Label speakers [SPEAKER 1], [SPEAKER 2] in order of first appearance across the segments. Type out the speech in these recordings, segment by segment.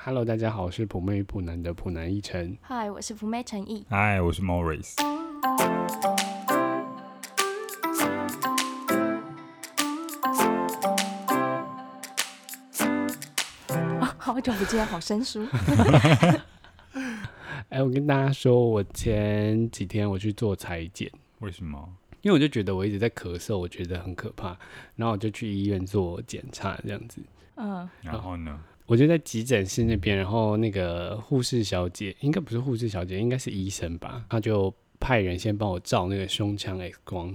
[SPEAKER 1] Hello，大家好，我是普妹普男的普男一晨。
[SPEAKER 2] 嗨，我是福妹陈毅。
[SPEAKER 3] 嗨，哎我是 Morris。
[SPEAKER 2] 啊， 好久不见，好生疏。
[SPEAKER 1] 哎、我跟大家说，我前几天我去做裁剪，
[SPEAKER 3] 为什么？
[SPEAKER 1] 因为我就觉得我一直在咳嗽，我觉得很可怕，然后我就去医院做检查，这样子。
[SPEAKER 2] 嗯，
[SPEAKER 3] 然后呢？
[SPEAKER 1] 我就在急诊室那边，然后那个护士小姐，应该不是护士小姐，应该是医生吧，她就派人先帮我照那个胸腔 X 光，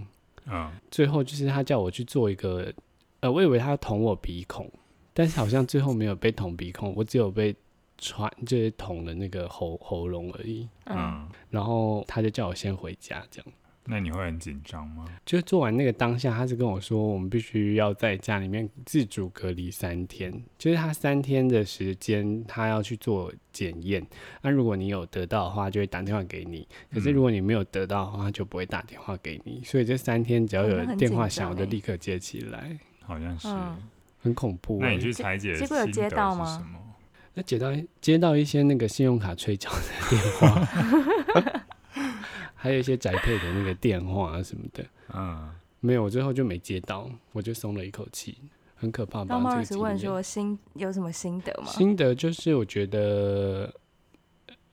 [SPEAKER 2] 哦
[SPEAKER 3] 嗯，
[SPEAKER 1] 最后就是她叫我去做一个，呃，我以为她捅我鼻孔，但是好像最后没有被捅鼻孔，我只有被穿就是捅了那个喉喉咙而已。
[SPEAKER 3] 嗯，
[SPEAKER 1] 然后她就叫我先回家，这样。
[SPEAKER 3] 那你会很紧张吗？
[SPEAKER 1] 就做完那个当下，他是跟我说，我们必须要在家里面自主隔离三天，就是他三天的时间，他要去做检验。那如果你有得到的话，就会打电话给你；
[SPEAKER 2] 嗯
[SPEAKER 1] 可是如果你没有得到的话，就不会打电话给你。所以这三天只要
[SPEAKER 2] 哦那
[SPEAKER 1] 有
[SPEAKER 2] 很
[SPEAKER 1] 电话
[SPEAKER 2] 紧张
[SPEAKER 1] 响，我就
[SPEAKER 2] 欸
[SPEAKER 1] 立刻接起来，
[SPEAKER 3] 好像是。
[SPEAKER 2] 嗯
[SPEAKER 1] 很恐怖
[SPEAKER 3] 那
[SPEAKER 1] 欸、
[SPEAKER 3] 你去裁剪，
[SPEAKER 2] 结结果有接到吗
[SPEAKER 3] 什么？
[SPEAKER 1] 那接到接到一些那个信用卡催缴的电话， 还有一些宅配的那个电话啊什么的。
[SPEAKER 3] 嗯，
[SPEAKER 1] 没有，我最后就没接到，我就松了一口气，很可怕吧
[SPEAKER 2] 刚？
[SPEAKER 1] 这个
[SPEAKER 2] Morris
[SPEAKER 1] 经
[SPEAKER 2] 问
[SPEAKER 1] 验
[SPEAKER 2] 说心有什么心得吗？
[SPEAKER 1] 心得就是我觉得，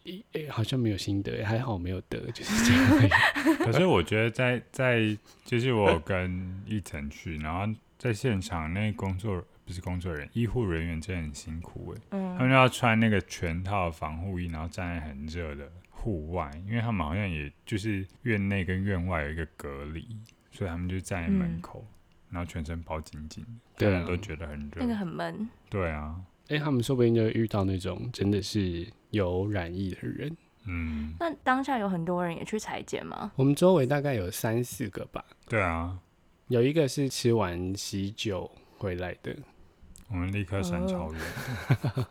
[SPEAKER 1] 诶、诶好像没有心得，欸还好没有得，就是这样而 已。
[SPEAKER 3] 可是我觉得在在就是我跟一晨去，然后在现场那工作不是工作人员，医护人员真的很辛苦哎、他
[SPEAKER 2] 嗯
[SPEAKER 3] 们要穿那个全套的防护衣，然后站在很热的户外，因为他们好像也就是院内跟院外有一个隔离，所以他们就站在门
[SPEAKER 2] 嗯
[SPEAKER 3] 口，然后全身包紧紧的，
[SPEAKER 1] 对
[SPEAKER 3] 大
[SPEAKER 1] 啊
[SPEAKER 3] 家，都觉得很热。
[SPEAKER 2] 那个很闷，
[SPEAKER 3] 对啊，
[SPEAKER 1] 哎、他们说不定就遇到那种真的是有染疫的人。
[SPEAKER 3] 嗯，
[SPEAKER 2] 那当下有很多人也去裁剪吗？
[SPEAKER 1] 我们周围大概有三四个吧，
[SPEAKER 3] 对啊，
[SPEAKER 1] 有一个是吃完喜酒回来的，
[SPEAKER 3] 我们立刻闪
[SPEAKER 2] 哦
[SPEAKER 3] 超远。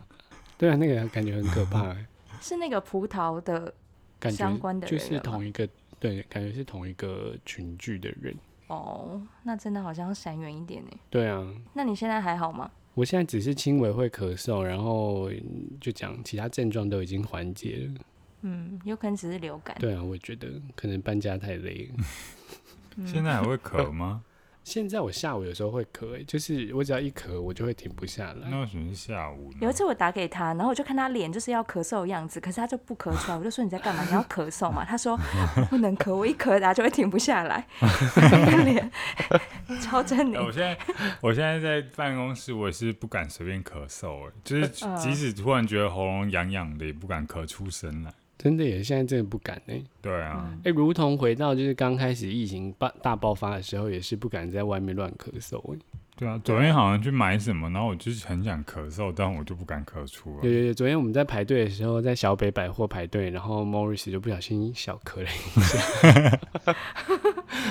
[SPEAKER 1] 对啊，那个感觉很可怕、 欸，
[SPEAKER 2] 是那个葡萄的
[SPEAKER 1] 感
[SPEAKER 2] 相
[SPEAKER 1] 觉
[SPEAKER 2] 关的
[SPEAKER 1] 就
[SPEAKER 2] 人啊
[SPEAKER 1] 是
[SPEAKER 2] 员吗
[SPEAKER 1] 同一个，对，感觉是同一个群聚的人。
[SPEAKER 2] 哦，那真的好像要闪远一点呢。
[SPEAKER 1] 对啊，
[SPEAKER 2] 那你现在还好吗？
[SPEAKER 1] 我现在只是轻微会咳嗽，然后嗯就讲其他症状都已经缓解了。
[SPEAKER 2] 嗯，有可能只是流感。
[SPEAKER 1] 对啊，我也觉得可能搬家太累了。
[SPEAKER 2] 嗯
[SPEAKER 3] 现在还会咳 吗？
[SPEAKER 1] 现在我下午有时候会咳、欸，就是我只要一咳，我就会停不下来。
[SPEAKER 3] 那为什么是下午
[SPEAKER 2] 有
[SPEAKER 3] 呢
[SPEAKER 2] 一？次我打给他，然后我就看他脸就是要咳嗽的样子，可是他就不咳出来。我就说你在干嘛？你要咳嗽嘛？他说不能咳，我一咳他就会停不下 来，那个脸 超狰
[SPEAKER 3] 哎我
[SPEAKER 2] 狞。
[SPEAKER 3] 现在我现在在办公室，我也是不敢随便咳嗽、哎，就是
[SPEAKER 2] 嗯
[SPEAKER 3] 即使突然觉得喉咙痒痒的，也不敢咳出声来。
[SPEAKER 1] 真的耶，现在真的不敢哎、欸、
[SPEAKER 3] 对
[SPEAKER 2] 嗯
[SPEAKER 3] 啊，
[SPEAKER 1] 哎、如同回到就是刚开始疫情爆大爆发的时候，也是不敢在外面乱咳嗽、欸。
[SPEAKER 3] 对啊，昨天好像去买什么，然后我就是很想咳嗽，但我就不敢咳出
[SPEAKER 1] 有
[SPEAKER 3] 来。
[SPEAKER 1] 有有，昨天我们在排队的时候，在小北百货排队，然后 Morris 就不小心小咳了一下，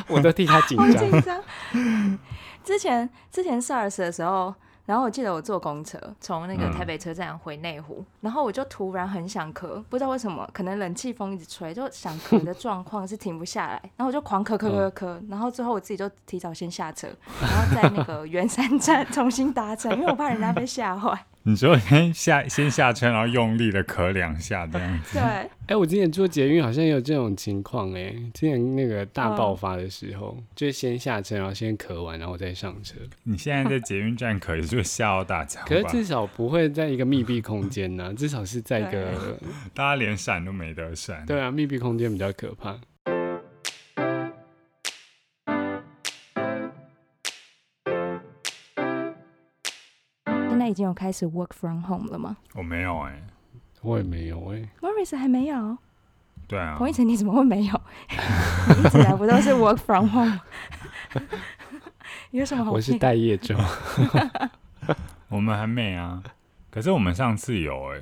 [SPEAKER 1] 我都替他紧
[SPEAKER 2] 好
[SPEAKER 1] 张。
[SPEAKER 2] 紧张。之前之前 SARS 的时候，然后我记得我坐公车从那个
[SPEAKER 3] 嗯
[SPEAKER 2] 台北车站回内湖，然后我就突然很想咳，不知道为什么，可能冷气风一直吹，就想咳的状况是停不下来， 然后我就狂咳咳咳咳，然后最后我自己就提早先下车，然后在那个圆山站重新搭乘，因为我怕人家被吓坏。
[SPEAKER 3] 你说先下先下车，然后用力的咳两下这样子。
[SPEAKER 2] 对，
[SPEAKER 1] 哎、我之前做捷运好像也有这种情况哎、之前那个大爆发的时候，就是先下车，然后先咳完，然后再上车。
[SPEAKER 3] 你现在在捷运站咳，也就吓到大家吧。
[SPEAKER 1] 可是至少不会在一个密闭空间呐、至少是在一个
[SPEAKER 3] 大家连闪都没得闪。
[SPEAKER 1] 对啊，密闭空间比较可怕。
[SPEAKER 2] 现在已经有开始 work from home 了吗
[SPEAKER 3] 我没有哎、
[SPEAKER 1] 我也没有哎、
[SPEAKER 2] ？Morris 还没有，
[SPEAKER 3] 对啊，
[SPEAKER 2] 彭一晨你怎么会没有？ 你一直来不都是 work from home？吗 有什么好
[SPEAKER 1] 我是
[SPEAKER 2] 骗？
[SPEAKER 1] 待业中。
[SPEAKER 3] 我们还没啊，可是我们上次有哎、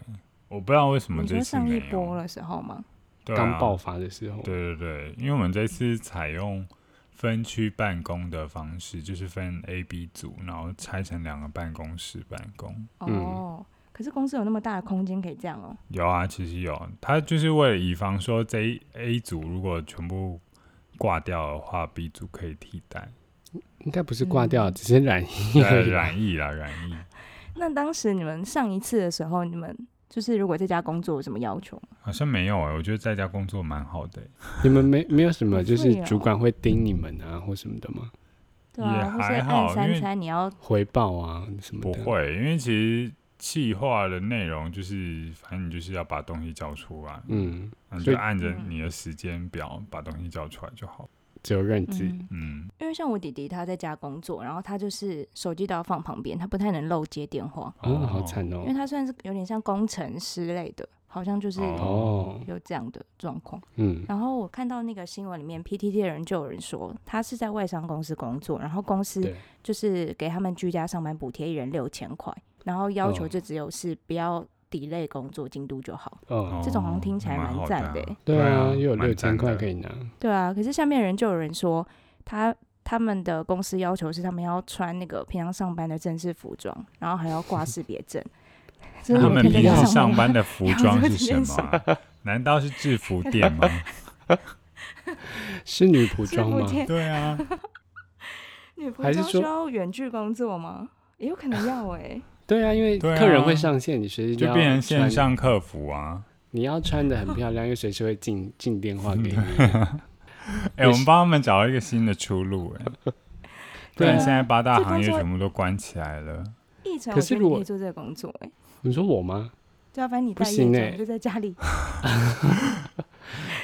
[SPEAKER 3] 我不知道为什么
[SPEAKER 2] 你
[SPEAKER 3] 这
[SPEAKER 2] 说
[SPEAKER 3] 次
[SPEAKER 2] 上
[SPEAKER 3] 没
[SPEAKER 2] 一
[SPEAKER 3] 有。
[SPEAKER 2] 波的时候吗？
[SPEAKER 3] 对啊
[SPEAKER 1] 刚爆发的时候，
[SPEAKER 3] 对对对，因为我们这次采用分区办公的方式，就是分 A、B 组，然后拆成两个办公室办公。
[SPEAKER 1] 嗯
[SPEAKER 2] 哦，可是公司有那么大的空间可以这样哦。
[SPEAKER 3] 有啊，其实有，他就是为了以防说这一 A 组如果全部挂掉的话，B 组可以替代。呃
[SPEAKER 1] 应该不是挂掉，
[SPEAKER 2] 嗯
[SPEAKER 1] 只是染疫而
[SPEAKER 3] 对，
[SPEAKER 1] 已。
[SPEAKER 3] 染疫啦，染疫。
[SPEAKER 2] 那当时你们上一次的时候，你们就是如果在家工作有什么要求吗？
[SPEAKER 3] 好像没有哎、我觉得在家工作蛮好的、欸
[SPEAKER 1] 你们没没有什么
[SPEAKER 2] 好
[SPEAKER 1] 就是
[SPEAKER 2] 会哦
[SPEAKER 1] 主管会盯你们啊或什么的吗？
[SPEAKER 2] 对
[SPEAKER 3] 也
[SPEAKER 2] 啊，或是
[SPEAKER 3] 还
[SPEAKER 2] 按
[SPEAKER 3] 好因
[SPEAKER 2] 三
[SPEAKER 3] 为
[SPEAKER 2] 餐你要
[SPEAKER 1] 回报啊什么
[SPEAKER 3] 不
[SPEAKER 1] 的？
[SPEAKER 3] 会，因为其实企划的内容就是，反正你就是要把东西交出来，
[SPEAKER 1] 嗯，
[SPEAKER 3] 那你
[SPEAKER 1] 所
[SPEAKER 3] 就
[SPEAKER 1] 以
[SPEAKER 3] 按着
[SPEAKER 2] 嗯
[SPEAKER 3] 你的时间表把东西交出来就好。
[SPEAKER 1] 只有认知。
[SPEAKER 2] 嗯，
[SPEAKER 3] 嗯，
[SPEAKER 2] 因为像我弟弟他在家工作，然后他就是手机都要放旁边，他不太能漏接电话，
[SPEAKER 1] 哦，好惨
[SPEAKER 2] 嗯因
[SPEAKER 1] 哦
[SPEAKER 2] 为。他算是有点像工程师类的，好像就是
[SPEAKER 3] 哦
[SPEAKER 1] 哦，
[SPEAKER 2] 有这样的状况。
[SPEAKER 1] 嗯，
[SPEAKER 2] 然后我看到那个新闻里面，PTT 的人就有人说，他是在外商公司工作，然后公司
[SPEAKER 1] 对，
[SPEAKER 2] 就是给他们居家上班补贴一人六千块，然后要求
[SPEAKER 1] 哦
[SPEAKER 2] 就只有是不要 delay 工作进度就好。
[SPEAKER 1] 哦，
[SPEAKER 2] 这种好像听起来
[SPEAKER 3] 哦
[SPEAKER 2] 蛮
[SPEAKER 3] 好的
[SPEAKER 2] 赞的
[SPEAKER 3] 啊
[SPEAKER 2] 欸
[SPEAKER 1] 对啊，又有
[SPEAKER 3] 蛮
[SPEAKER 1] 六千
[SPEAKER 3] 赞
[SPEAKER 1] 块
[SPEAKER 3] 的
[SPEAKER 1] 可以拿。
[SPEAKER 2] 对啊，可是下面的人就有人说，他他们的公司要求是他们要穿那个平常上班的正式服装，然后还要挂识别证。 所以
[SPEAKER 3] 他
[SPEAKER 2] 嗯我
[SPEAKER 3] 们
[SPEAKER 2] 看这
[SPEAKER 3] 平
[SPEAKER 2] 个
[SPEAKER 3] 时
[SPEAKER 2] 上
[SPEAKER 3] 上
[SPEAKER 2] 班
[SPEAKER 3] 班的服装是什么啊？难道是制服店吗？
[SPEAKER 1] 是女仆
[SPEAKER 2] 制
[SPEAKER 1] 装
[SPEAKER 2] 服
[SPEAKER 1] 吗？
[SPEAKER 2] 店
[SPEAKER 3] 对啊，
[SPEAKER 2] 女服
[SPEAKER 1] 还是
[SPEAKER 2] 装需
[SPEAKER 1] 说
[SPEAKER 2] 要远距工作吗？也有可能要哎、
[SPEAKER 1] 对啊，因为
[SPEAKER 3] 对
[SPEAKER 1] 客人会
[SPEAKER 3] 啊
[SPEAKER 1] 上线，你随时
[SPEAKER 3] 就
[SPEAKER 1] 要
[SPEAKER 3] 变成线
[SPEAKER 1] 穿
[SPEAKER 3] 上客服啊。
[SPEAKER 1] 你要穿的很漂亮，因为随时会进进电话 给你。
[SPEAKER 3] 哎、我们帮他们找到一个新的出路 哎、不
[SPEAKER 1] 对
[SPEAKER 3] 然
[SPEAKER 1] 啊，
[SPEAKER 3] 现在八大
[SPEAKER 2] 这
[SPEAKER 3] 行业
[SPEAKER 2] 工作
[SPEAKER 3] 全部都关起来了。
[SPEAKER 2] 议程
[SPEAKER 1] 可
[SPEAKER 2] 我
[SPEAKER 1] 是
[SPEAKER 2] 觉得
[SPEAKER 1] 如
[SPEAKER 2] 你
[SPEAKER 1] 果
[SPEAKER 2] 可以做这个工作哎、
[SPEAKER 1] 你说我吗？
[SPEAKER 2] 对啊，反正你
[SPEAKER 1] 不
[SPEAKER 2] 带业
[SPEAKER 1] 行
[SPEAKER 2] 绩，
[SPEAKER 1] 欸
[SPEAKER 2] 你就在家里。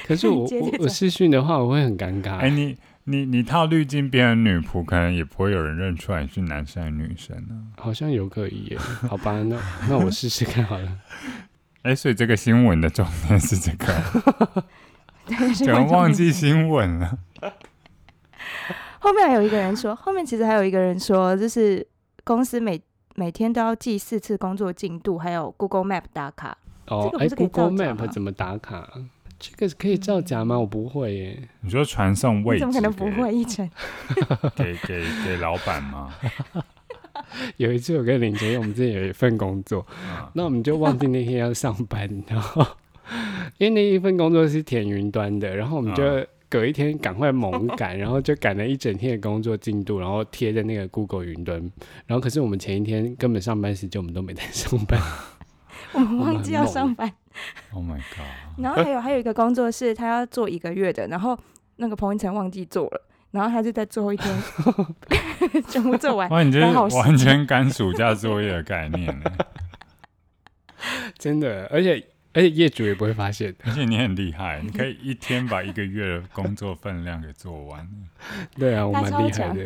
[SPEAKER 1] 可是我
[SPEAKER 2] 接
[SPEAKER 1] 我
[SPEAKER 2] 这
[SPEAKER 1] 我
[SPEAKER 2] 种
[SPEAKER 1] 视讯的话，我会很尴尬。
[SPEAKER 3] 哎、你你你套滤镜变成女仆，可能也不会有人认出来你是男生还是女生呢、
[SPEAKER 1] 好像有可以耶。好吧，那那我试试看好了。
[SPEAKER 3] 哎、所以这个新闻的重点是这 个，
[SPEAKER 2] 对，
[SPEAKER 3] 怎
[SPEAKER 2] 是
[SPEAKER 3] 么
[SPEAKER 2] 观众
[SPEAKER 3] 忘记
[SPEAKER 2] 朋友
[SPEAKER 3] 新闻了？
[SPEAKER 2] 后面还有一个人说，后面其实还有一个人说，就是公司每每天都要记四次工作进度，还有 Google Map 打卡。
[SPEAKER 1] 哦
[SPEAKER 2] 这个，不
[SPEAKER 1] 哎
[SPEAKER 2] 是可以
[SPEAKER 1] ，Google
[SPEAKER 2] 造假
[SPEAKER 1] Map
[SPEAKER 2] 吗
[SPEAKER 1] 怎么打卡？这个可以造假吗？我不会耶。
[SPEAKER 3] 你说传送位
[SPEAKER 2] 你
[SPEAKER 3] 置
[SPEAKER 2] 怎么可能不会？一成？
[SPEAKER 3] 给给给给老板吗？
[SPEAKER 1] 有一次我跟林哲佑，我们自己有一份工作，
[SPEAKER 3] 嗯
[SPEAKER 1] 那我们就忘记那天要上班，然后因为那一份工作是填云端的，然后我们就
[SPEAKER 3] 嗯
[SPEAKER 1] 隔一天赶快猛赶，然后就赶了一整天的工作进度，然后贴在那个 Google 云端，然后可是我们前一天根本上班时间我们都没在上班，
[SPEAKER 2] 我们忘记要
[SPEAKER 1] 我们很
[SPEAKER 2] 上班。
[SPEAKER 3] Oh my god！
[SPEAKER 2] 然后还有还有一个工作是他要做一个月的，然后那个彭昱晨忘记做了，然后他就在最后 一天全部做完。
[SPEAKER 3] 哇，你这
[SPEAKER 2] 刚哎好时
[SPEAKER 3] 是
[SPEAKER 2] 间
[SPEAKER 3] 完全赶暑假作业的概念呢，
[SPEAKER 1] 真的，而且而且业主也不会发现，
[SPEAKER 3] 而且你很厉害，你可以一天把一个月的工作分量给做完。
[SPEAKER 1] 对啊，我
[SPEAKER 2] 他
[SPEAKER 1] 蛮
[SPEAKER 2] 超
[SPEAKER 1] 厉害
[SPEAKER 2] 强
[SPEAKER 1] 的。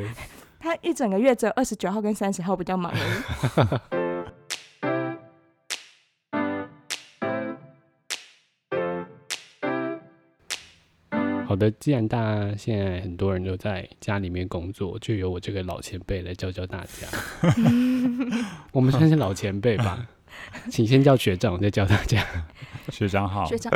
[SPEAKER 2] 他一整个月只有二十九号跟三十号比较忙而已。
[SPEAKER 1] 好的，既然大家现在很多人都在家里面工作，就由我这个老前辈来教教大家。我们算是老前辈吧，请先叫学长，我再教大家。
[SPEAKER 3] 学长好，
[SPEAKER 2] 学长，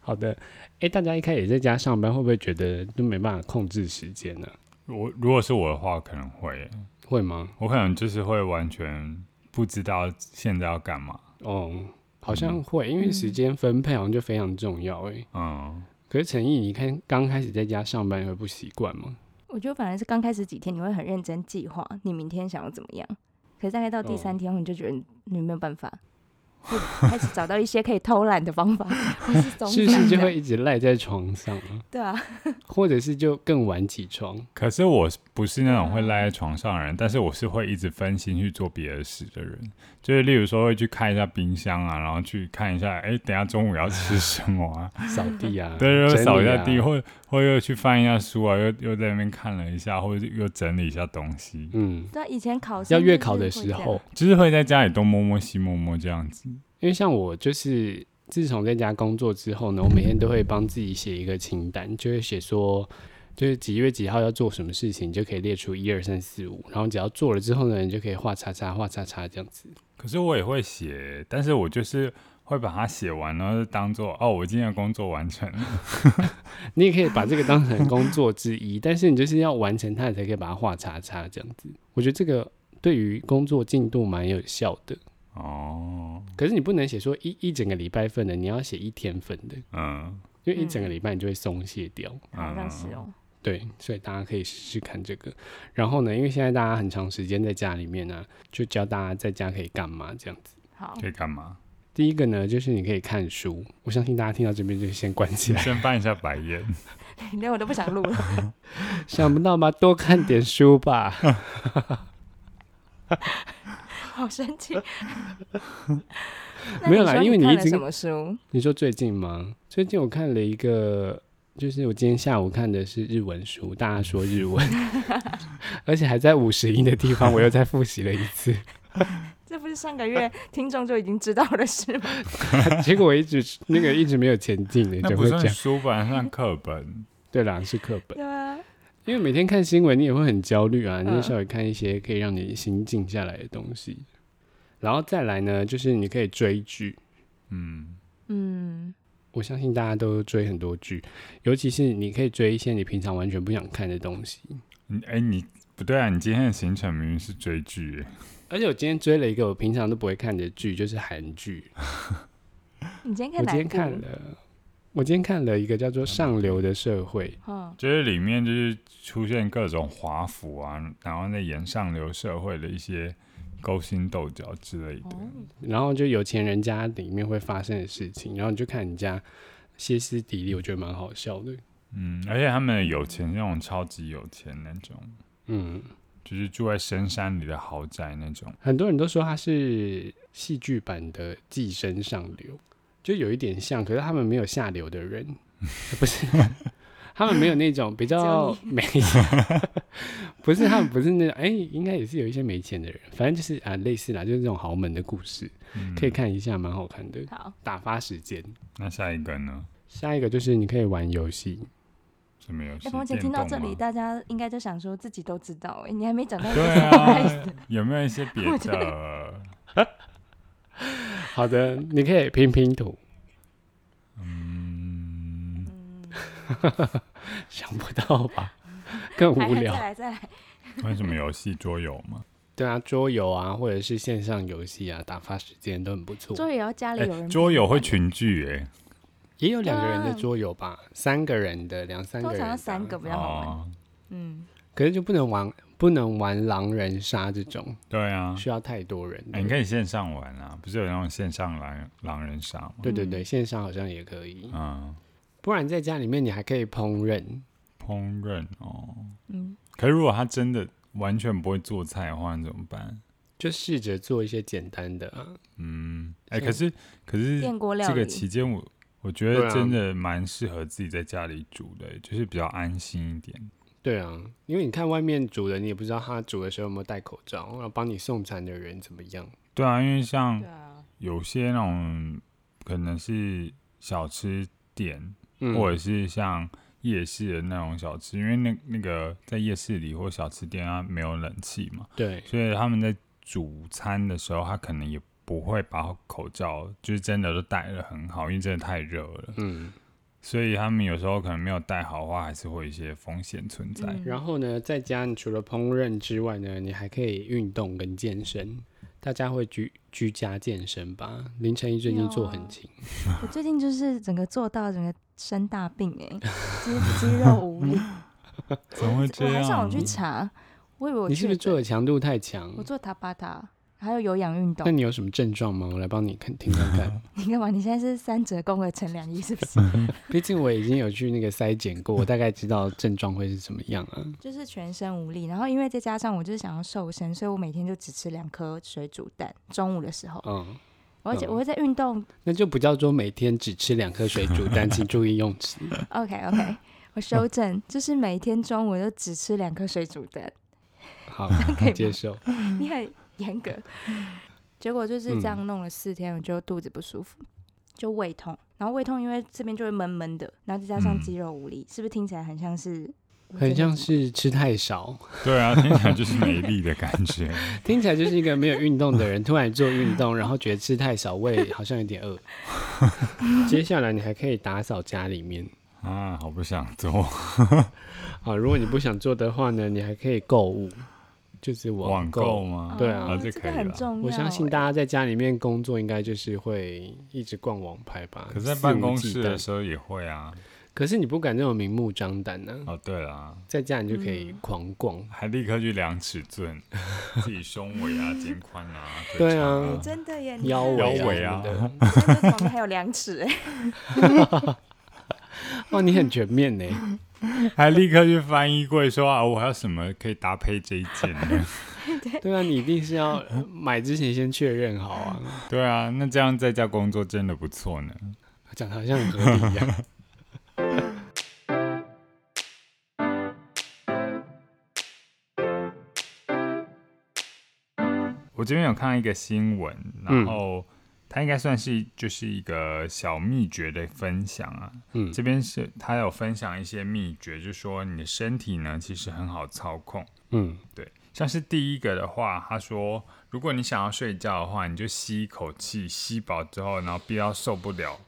[SPEAKER 1] 好的，哎、大家一开始在家上班，会不会觉得都没办法控制时间呢、
[SPEAKER 3] 我如果是我的话，可能会，
[SPEAKER 1] 会吗？
[SPEAKER 3] 我可能就是会完全不知道现在要干嘛。
[SPEAKER 1] 哦，好像会，因为时间分配好像就非常重要哎、
[SPEAKER 3] 嗯，
[SPEAKER 1] 可是陈毅，你看刚开始在家上班，你会不习惯吗？
[SPEAKER 2] 我觉得反而是刚开始几天你会很认真计划你明天想要怎么样，可是大概到
[SPEAKER 1] 哦
[SPEAKER 2] 第三天后你就觉得你没有办法，会开始找到一些可以偷懒的方法， 或是松
[SPEAKER 1] 是不是
[SPEAKER 2] 散
[SPEAKER 1] 就
[SPEAKER 2] 的
[SPEAKER 1] 会一直赖在床上啊？
[SPEAKER 2] 对啊，
[SPEAKER 1] 或者是就更晚起床？
[SPEAKER 3] 可是我是不是那种会赖在床上的人，但是我是会一直分心去做别的事的人，就是例如说会去看一下冰箱啊，然后去看一下，哎、等一下中午要吃什么啊？，
[SPEAKER 1] 扫地啊 整
[SPEAKER 3] 对，又
[SPEAKER 1] 理
[SPEAKER 3] 扫一下
[SPEAKER 1] 啊
[SPEAKER 3] 地，或或又去翻一下书啊，又又在那边看了一下，或者又整理一下东西，
[SPEAKER 1] 嗯，
[SPEAKER 2] 对啊，以前考试
[SPEAKER 1] 要月考的时候，，
[SPEAKER 3] 就是会在家里东摸摸西摸摸这样子。
[SPEAKER 1] 因为像我就是自从在家工作之后呢，我每天都会帮自己写一个清单，就会写说。就是几月几号要做什么事情，你就可以列出一二三四五，然后只要做了之后呢，你就可以画叉叉画叉叉这样子。
[SPEAKER 3] 可是我也会写，但是我就是会把它写完，然后就当做哦，我今天的工作 完成了。
[SPEAKER 1] 你也可以把这个当成工作之一， 但是你就是要完成它，你才可以把它画叉叉这样子。我觉得这个对于工作进度蛮有效的。
[SPEAKER 3] 哦，
[SPEAKER 1] 可是你不能写说一一整个礼拜份的，你要写一天份的，
[SPEAKER 3] 嗯，
[SPEAKER 1] 因为一整个礼拜你就会松懈掉。
[SPEAKER 2] 好
[SPEAKER 1] 嗯
[SPEAKER 2] 像是哦，
[SPEAKER 1] 对，所以大家可以试试看这个。啊然后呢，因为现在大家很长时间在家里面呢、就教大家在家可以干嘛这样子。
[SPEAKER 2] 好，
[SPEAKER 3] 可以干嘛？
[SPEAKER 1] 第一个呢，就是你可以看书。我相信大家听到这边就先关起来，
[SPEAKER 3] 先翻一下白眼。
[SPEAKER 2] 连我都不想录了。
[SPEAKER 1] 想不到吧？多看点书吧。
[SPEAKER 2] 好生气。
[SPEAKER 1] 没有啦
[SPEAKER 2] 那
[SPEAKER 1] 因为
[SPEAKER 2] 你
[SPEAKER 1] 你
[SPEAKER 2] 说
[SPEAKER 1] 一
[SPEAKER 2] 看了
[SPEAKER 1] 直
[SPEAKER 2] 什么书？
[SPEAKER 1] 你说最近吗？最近我看了一个，就是我今天下午看的是日文书，大家说日文，而且还在五十音的地方，我又再复习了一次。
[SPEAKER 2] 这不是上个
[SPEAKER 1] 呃
[SPEAKER 2] 月听众就已经知道的事吗？
[SPEAKER 1] 结果我一直那个一直没有前进的，
[SPEAKER 3] 那
[SPEAKER 1] 就
[SPEAKER 3] 不
[SPEAKER 1] 会这
[SPEAKER 3] 算
[SPEAKER 1] 样。
[SPEAKER 3] 书吧，那算课本。
[SPEAKER 1] 对啦，是课本，
[SPEAKER 2] 对啊，
[SPEAKER 1] 因为每天看新闻，你也会很焦虑啊，你就
[SPEAKER 2] 嗯
[SPEAKER 1] 稍微看一些可以让你心静下来的东西。然后再来呢，就是你可以追剧。
[SPEAKER 3] 嗯，
[SPEAKER 2] 嗯，
[SPEAKER 1] 我相信大家都追很多剧，尤其是你可以追一些你平常完全不想看的东西。
[SPEAKER 3] 你哎、你不对啊，你今天的行程明明是追剧耶，
[SPEAKER 1] 而且我今天追了一个我平常都不会看的剧，就是韩剧。
[SPEAKER 2] 你今天
[SPEAKER 1] 我今
[SPEAKER 2] 看哪
[SPEAKER 1] 天
[SPEAKER 2] 一部？
[SPEAKER 1] 看了，我今天看了一个叫做《上流的社会》，
[SPEAKER 2] 嗯，
[SPEAKER 3] 就是里面就是出现各种华服啊，然后在演上流社会的一些勾心斗角之类的。
[SPEAKER 2] 哦，
[SPEAKER 1] 然后就有钱人家里面会发生的事情，然后你就看人家歇斯底里，我觉得蛮好笑的。
[SPEAKER 3] 嗯，而且他们的有钱那种超级有钱那种，
[SPEAKER 1] 嗯，
[SPEAKER 3] 就是住在深山里的豪宅那种。
[SPEAKER 1] 很多人都说它是戏剧版的《寄生上流》，就有一点像，可是他们没有下流的人， 不是，他们没有那种比较没， 不是他们不是那种，哎、应该也是有一些没钱的人，反正就是啊，类似啦，就是这种豪门的故事，
[SPEAKER 3] 嗯
[SPEAKER 1] 可以看一下，蛮好看的，
[SPEAKER 2] 好，
[SPEAKER 1] 打发时间。
[SPEAKER 3] 那下一个呢？
[SPEAKER 1] 下一个就是你可以玩游戏，
[SPEAKER 3] 什么游戏？
[SPEAKER 2] 哎，彭姐
[SPEAKER 3] 电
[SPEAKER 2] 听到
[SPEAKER 3] 动
[SPEAKER 2] 这
[SPEAKER 3] 吗
[SPEAKER 2] 里，大家应该就想说自己都知道，哎，你还没讲到一
[SPEAKER 3] 对
[SPEAKER 2] 个 surprise
[SPEAKER 3] 啊，有没有一些别
[SPEAKER 2] 我觉
[SPEAKER 3] 的？
[SPEAKER 1] 好的，你可以拼拼图。
[SPEAKER 3] 嗯，
[SPEAKER 1] 想不到吧？更
[SPEAKER 2] 还
[SPEAKER 1] 无
[SPEAKER 2] 还再
[SPEAKER 1] 聊。
[SPEAKER 2] 来再 来，
[SPEAKER 3] 玩什么游戏？桌游吗？
[SPEAKER 1] 对啊，桌游啊，或者是线上游戏啊，打发时间都很不错。
[SPEAKER 2] 桌游要家里有人
[SPEAKER 3] 哎
[SPEAKER 2] 帮
[SPEAKER 3] 桌游
[SPEAKER 2] 忙
[SPEAKER 3] 会群聚哎、
[SPEAKER 1] 也有两个人的
[SPEAKER 2] 啊
[SPEAKER 1] 桌游吧，三个人的，两三个
[SPEAKER 2] 通
[SPEAKER 1] 人的啊
[SPEAKER 2] 常要三个比较好玩。
[SPEAKER 3] 哦，
[SPEAKER 2] 嗯，
[SPEAKER 1] 可是就不能玩，不能玩狼人杀这种，
[SPEAKER 3] 对啊，
[SPEAKER 2] 嗯
[SPEAKER 1] 需要太多人的。
[SPEAKER 3] 哎你可以线上玩啊，不是有那种线上狼狼人杀吗？
[SPEAKER 1] 对对对，
[SPEAKER 2] 嗯
[SPEAKER 1] 线上好像也可以。
[SPEAKER 3] 嗯，
[SPEAKER 2] 啊
[SPEAKER 1] 不然在家里面你还可以烹饪，
[SPEAKER 3] 烹饪哦。
[SPEAKER 2] 嗯，
[SPEAKER 3] 可是如果他真的完全不会做菜的话，你怎么办？
[SPEAKER 1] 就试着做一些简单的啊、
[SPEAKER 3] 嗯，哎、
[SPEAKER 1] 像
[SPEAKER 3] 可是可是
[SPEAKER 2] 电锅料
[SPEAKER 3] 这个
[SPEAKER 2] 理，
[SPEAKER 3] 期间我我觉
[SPEAKER 1] 对
[SPEAKER 3] 得
[SPEAKER 1] 啊
[SPEAKER 3] 真的蛮适合自己在家里煮的、就是比较安心一点。
[SPEAKER 1] 对啊，因为你看外面煮的，你也不知道他煮的时候有没有戴口罩，然后帮你送餐的人怎么样。
[SPEAKER 3] 对啊，因为像
[SPEAKER 2] 对啊，
[SPEAKER 3] 有些那种可能是小吃店，
[SPEAKER 1] 嗯，
[SPEAKER 3] 或者是像夜市的那种小吃，因为那那个在夜市里或小吃店啊没有冷气嘛，
[SPEAKER 1] 对，
[SPEAKER 3] 所以他们在煮餐的时候，他可能也不会把口罩就是真的都戴得很好，因为真的太热了，
[SPEAKER 1] 嗯。
[SPEAKER 3] 所以他们有时候可能没有戴好的话，还是会有一些风险存在。
[SPEAKER 2] 嗯
[SPEAKER 1] 然后呢，在家你除了烹饪之外呢，你还可以运动跟健身。大家会居居家健身吧？凌晨一最近做很勤，
[SPEAKER 2] 我最近就是整个做到整个生大病 哎、肌肌肉无力。
[SPEAKER 3] 怎么会这
[SPEAKER 2] 我还
[SPEAKER 3] 样？
[SPEAKER 2] 上网去查，我以为我
[SPEAKER 1] 你是不是
[SPEAKER 2] 确诊
[SPEAKER 1] 做的强度太强
[SPEAKER 2] 我？做塔巴塔，还有有氧运
[SPEAKER 1] 那
[SPEAKER 2] 动。
[SPEAKER 1] 你有什么症状吗？我来帮你看听看看。
[SPEAKER 2] 你干嘛？你现在是三折功的陈良一是不 是？
[SPEAKER 1] 毕竟我已经有去那个筛检过，我大概知道症状会是怎么样啊。
[SPEAKER 2] 就是全身无力，然后因为再加上我就是想要瘦身，所以我每天就只吃两颗水煮蛋，中午的时候，
[SPEAKER 1] 嗯，
[SPEAKER 2] 而且我会在 运动。
[SPEAKER 1] 那就不叫做每天只吃两颗水煮蛋，请注意用词。
[SPEAKER 2] OK OK，我修
[SPEAKER 1] 嗯
[SPEAKER 2] 正，就是每天中午就只吃两颗水煮蛋，
[SPEAKER 1] 好，
[SPEAKER 2] 可以吗
[SPEAKER 1] 嗯接受。
[SPEAKER 2] 你很 严格。结果就是这样弄了四天，我就肚子不舒服，就胃痛，然后胃痛因为这边就会闷闷的，然后再加上
[SPEAKER 3] 嗯
[SPEAKER 2] 肌肉无力，是不是听起来很像是？
[SPEAKER 1] 很像是吃太少，
[SPEAKER 3] 对啊，听起来就是没力的感觉。
[SPEAKER 1] 听起来就是一个没有运动的人，突然做运动，然后觉得吃太少，胃好像有点饿。接下来你还可以打扫家里面
[SPEAKER 3] 啊，好不想做，
[SPEAKER 1] 啊，如果你不想做的话呢，你还可以购物，就是
[SPEAKER 3] 网购
[SPEAKER 1] 购。
[SPEAKER 3] 吗？
[SPEAKER 1] 对啊
[SPEAKER 2] 哦
[SPEAKER 3] 这
[SPEAKER 2] 个
[SPEAKER 3] 可以
[SPEAKER 2] 很
[SPEAKER 3] 啦
[SPEAKER 2] 重要。欸
[SPEAKER 1] 我相信大家在家里面工作，应该就是会一直逛网拍吧。
[SPEAKER 3] 可是，在
[SPEAKER 1] 肆无
[SPEAKER 3] 办公
[SPEAKER 1] 忌
[SPEAKER 3] 室
[SPEAKER 1] 惮
[SPEAKER 3] 的时候也会啊。
[SPEAKER 1] 可是你不敢这么明目张胆呢、
[SPEAKER 3] 哦，对啦，
[SPEAKER 1] 在家你就可以狂逛。
[SPEAKER 3] 还立刻去量尺寸，自己胸围啊、肩宽啊、 腿
[SPEAKER 1] 对
[SPEAKER 3] 长
[SPEAKER 1] 啊
[SPEAKER 2] 哎真的耶，
[SPEAKER 1] 腰围、
[SPEAKER 3] 腰围啊
[SPEAKER 1] 什么
[SPEAKER 2] 你看这种还有量尺哎，
[SPEAKER 1] 的，哇，哦你很全面呢。
[SPEAKER 3] 还立刻去翻衣柜说啊，我还有什么可以搭配这一件呢？
[SPEAKER 1] 对啊，你一定是要买之前先确认好啊，
[SPEAKER 3] 对啊，那这样在家工作真的不错呢。
[SPEAKER 1] 讲的好像很合理一样。
[SPEAKER 3] 我这边有看到一个新闻，然后它应该算是就是一个小秘诀的分享啊。
[SPEAKER 1] 嗯
[SPEAKER 3] 这边是它有分享一些秘诀，就说你的身体呢其实很好操控。
[SPEAKER 1] 嗯
[SPEAKER 3] 对，像是第一个的话，他说，如果你想要睡觉的话，你就吸一口气，吸饱之后，然后憋到受不了，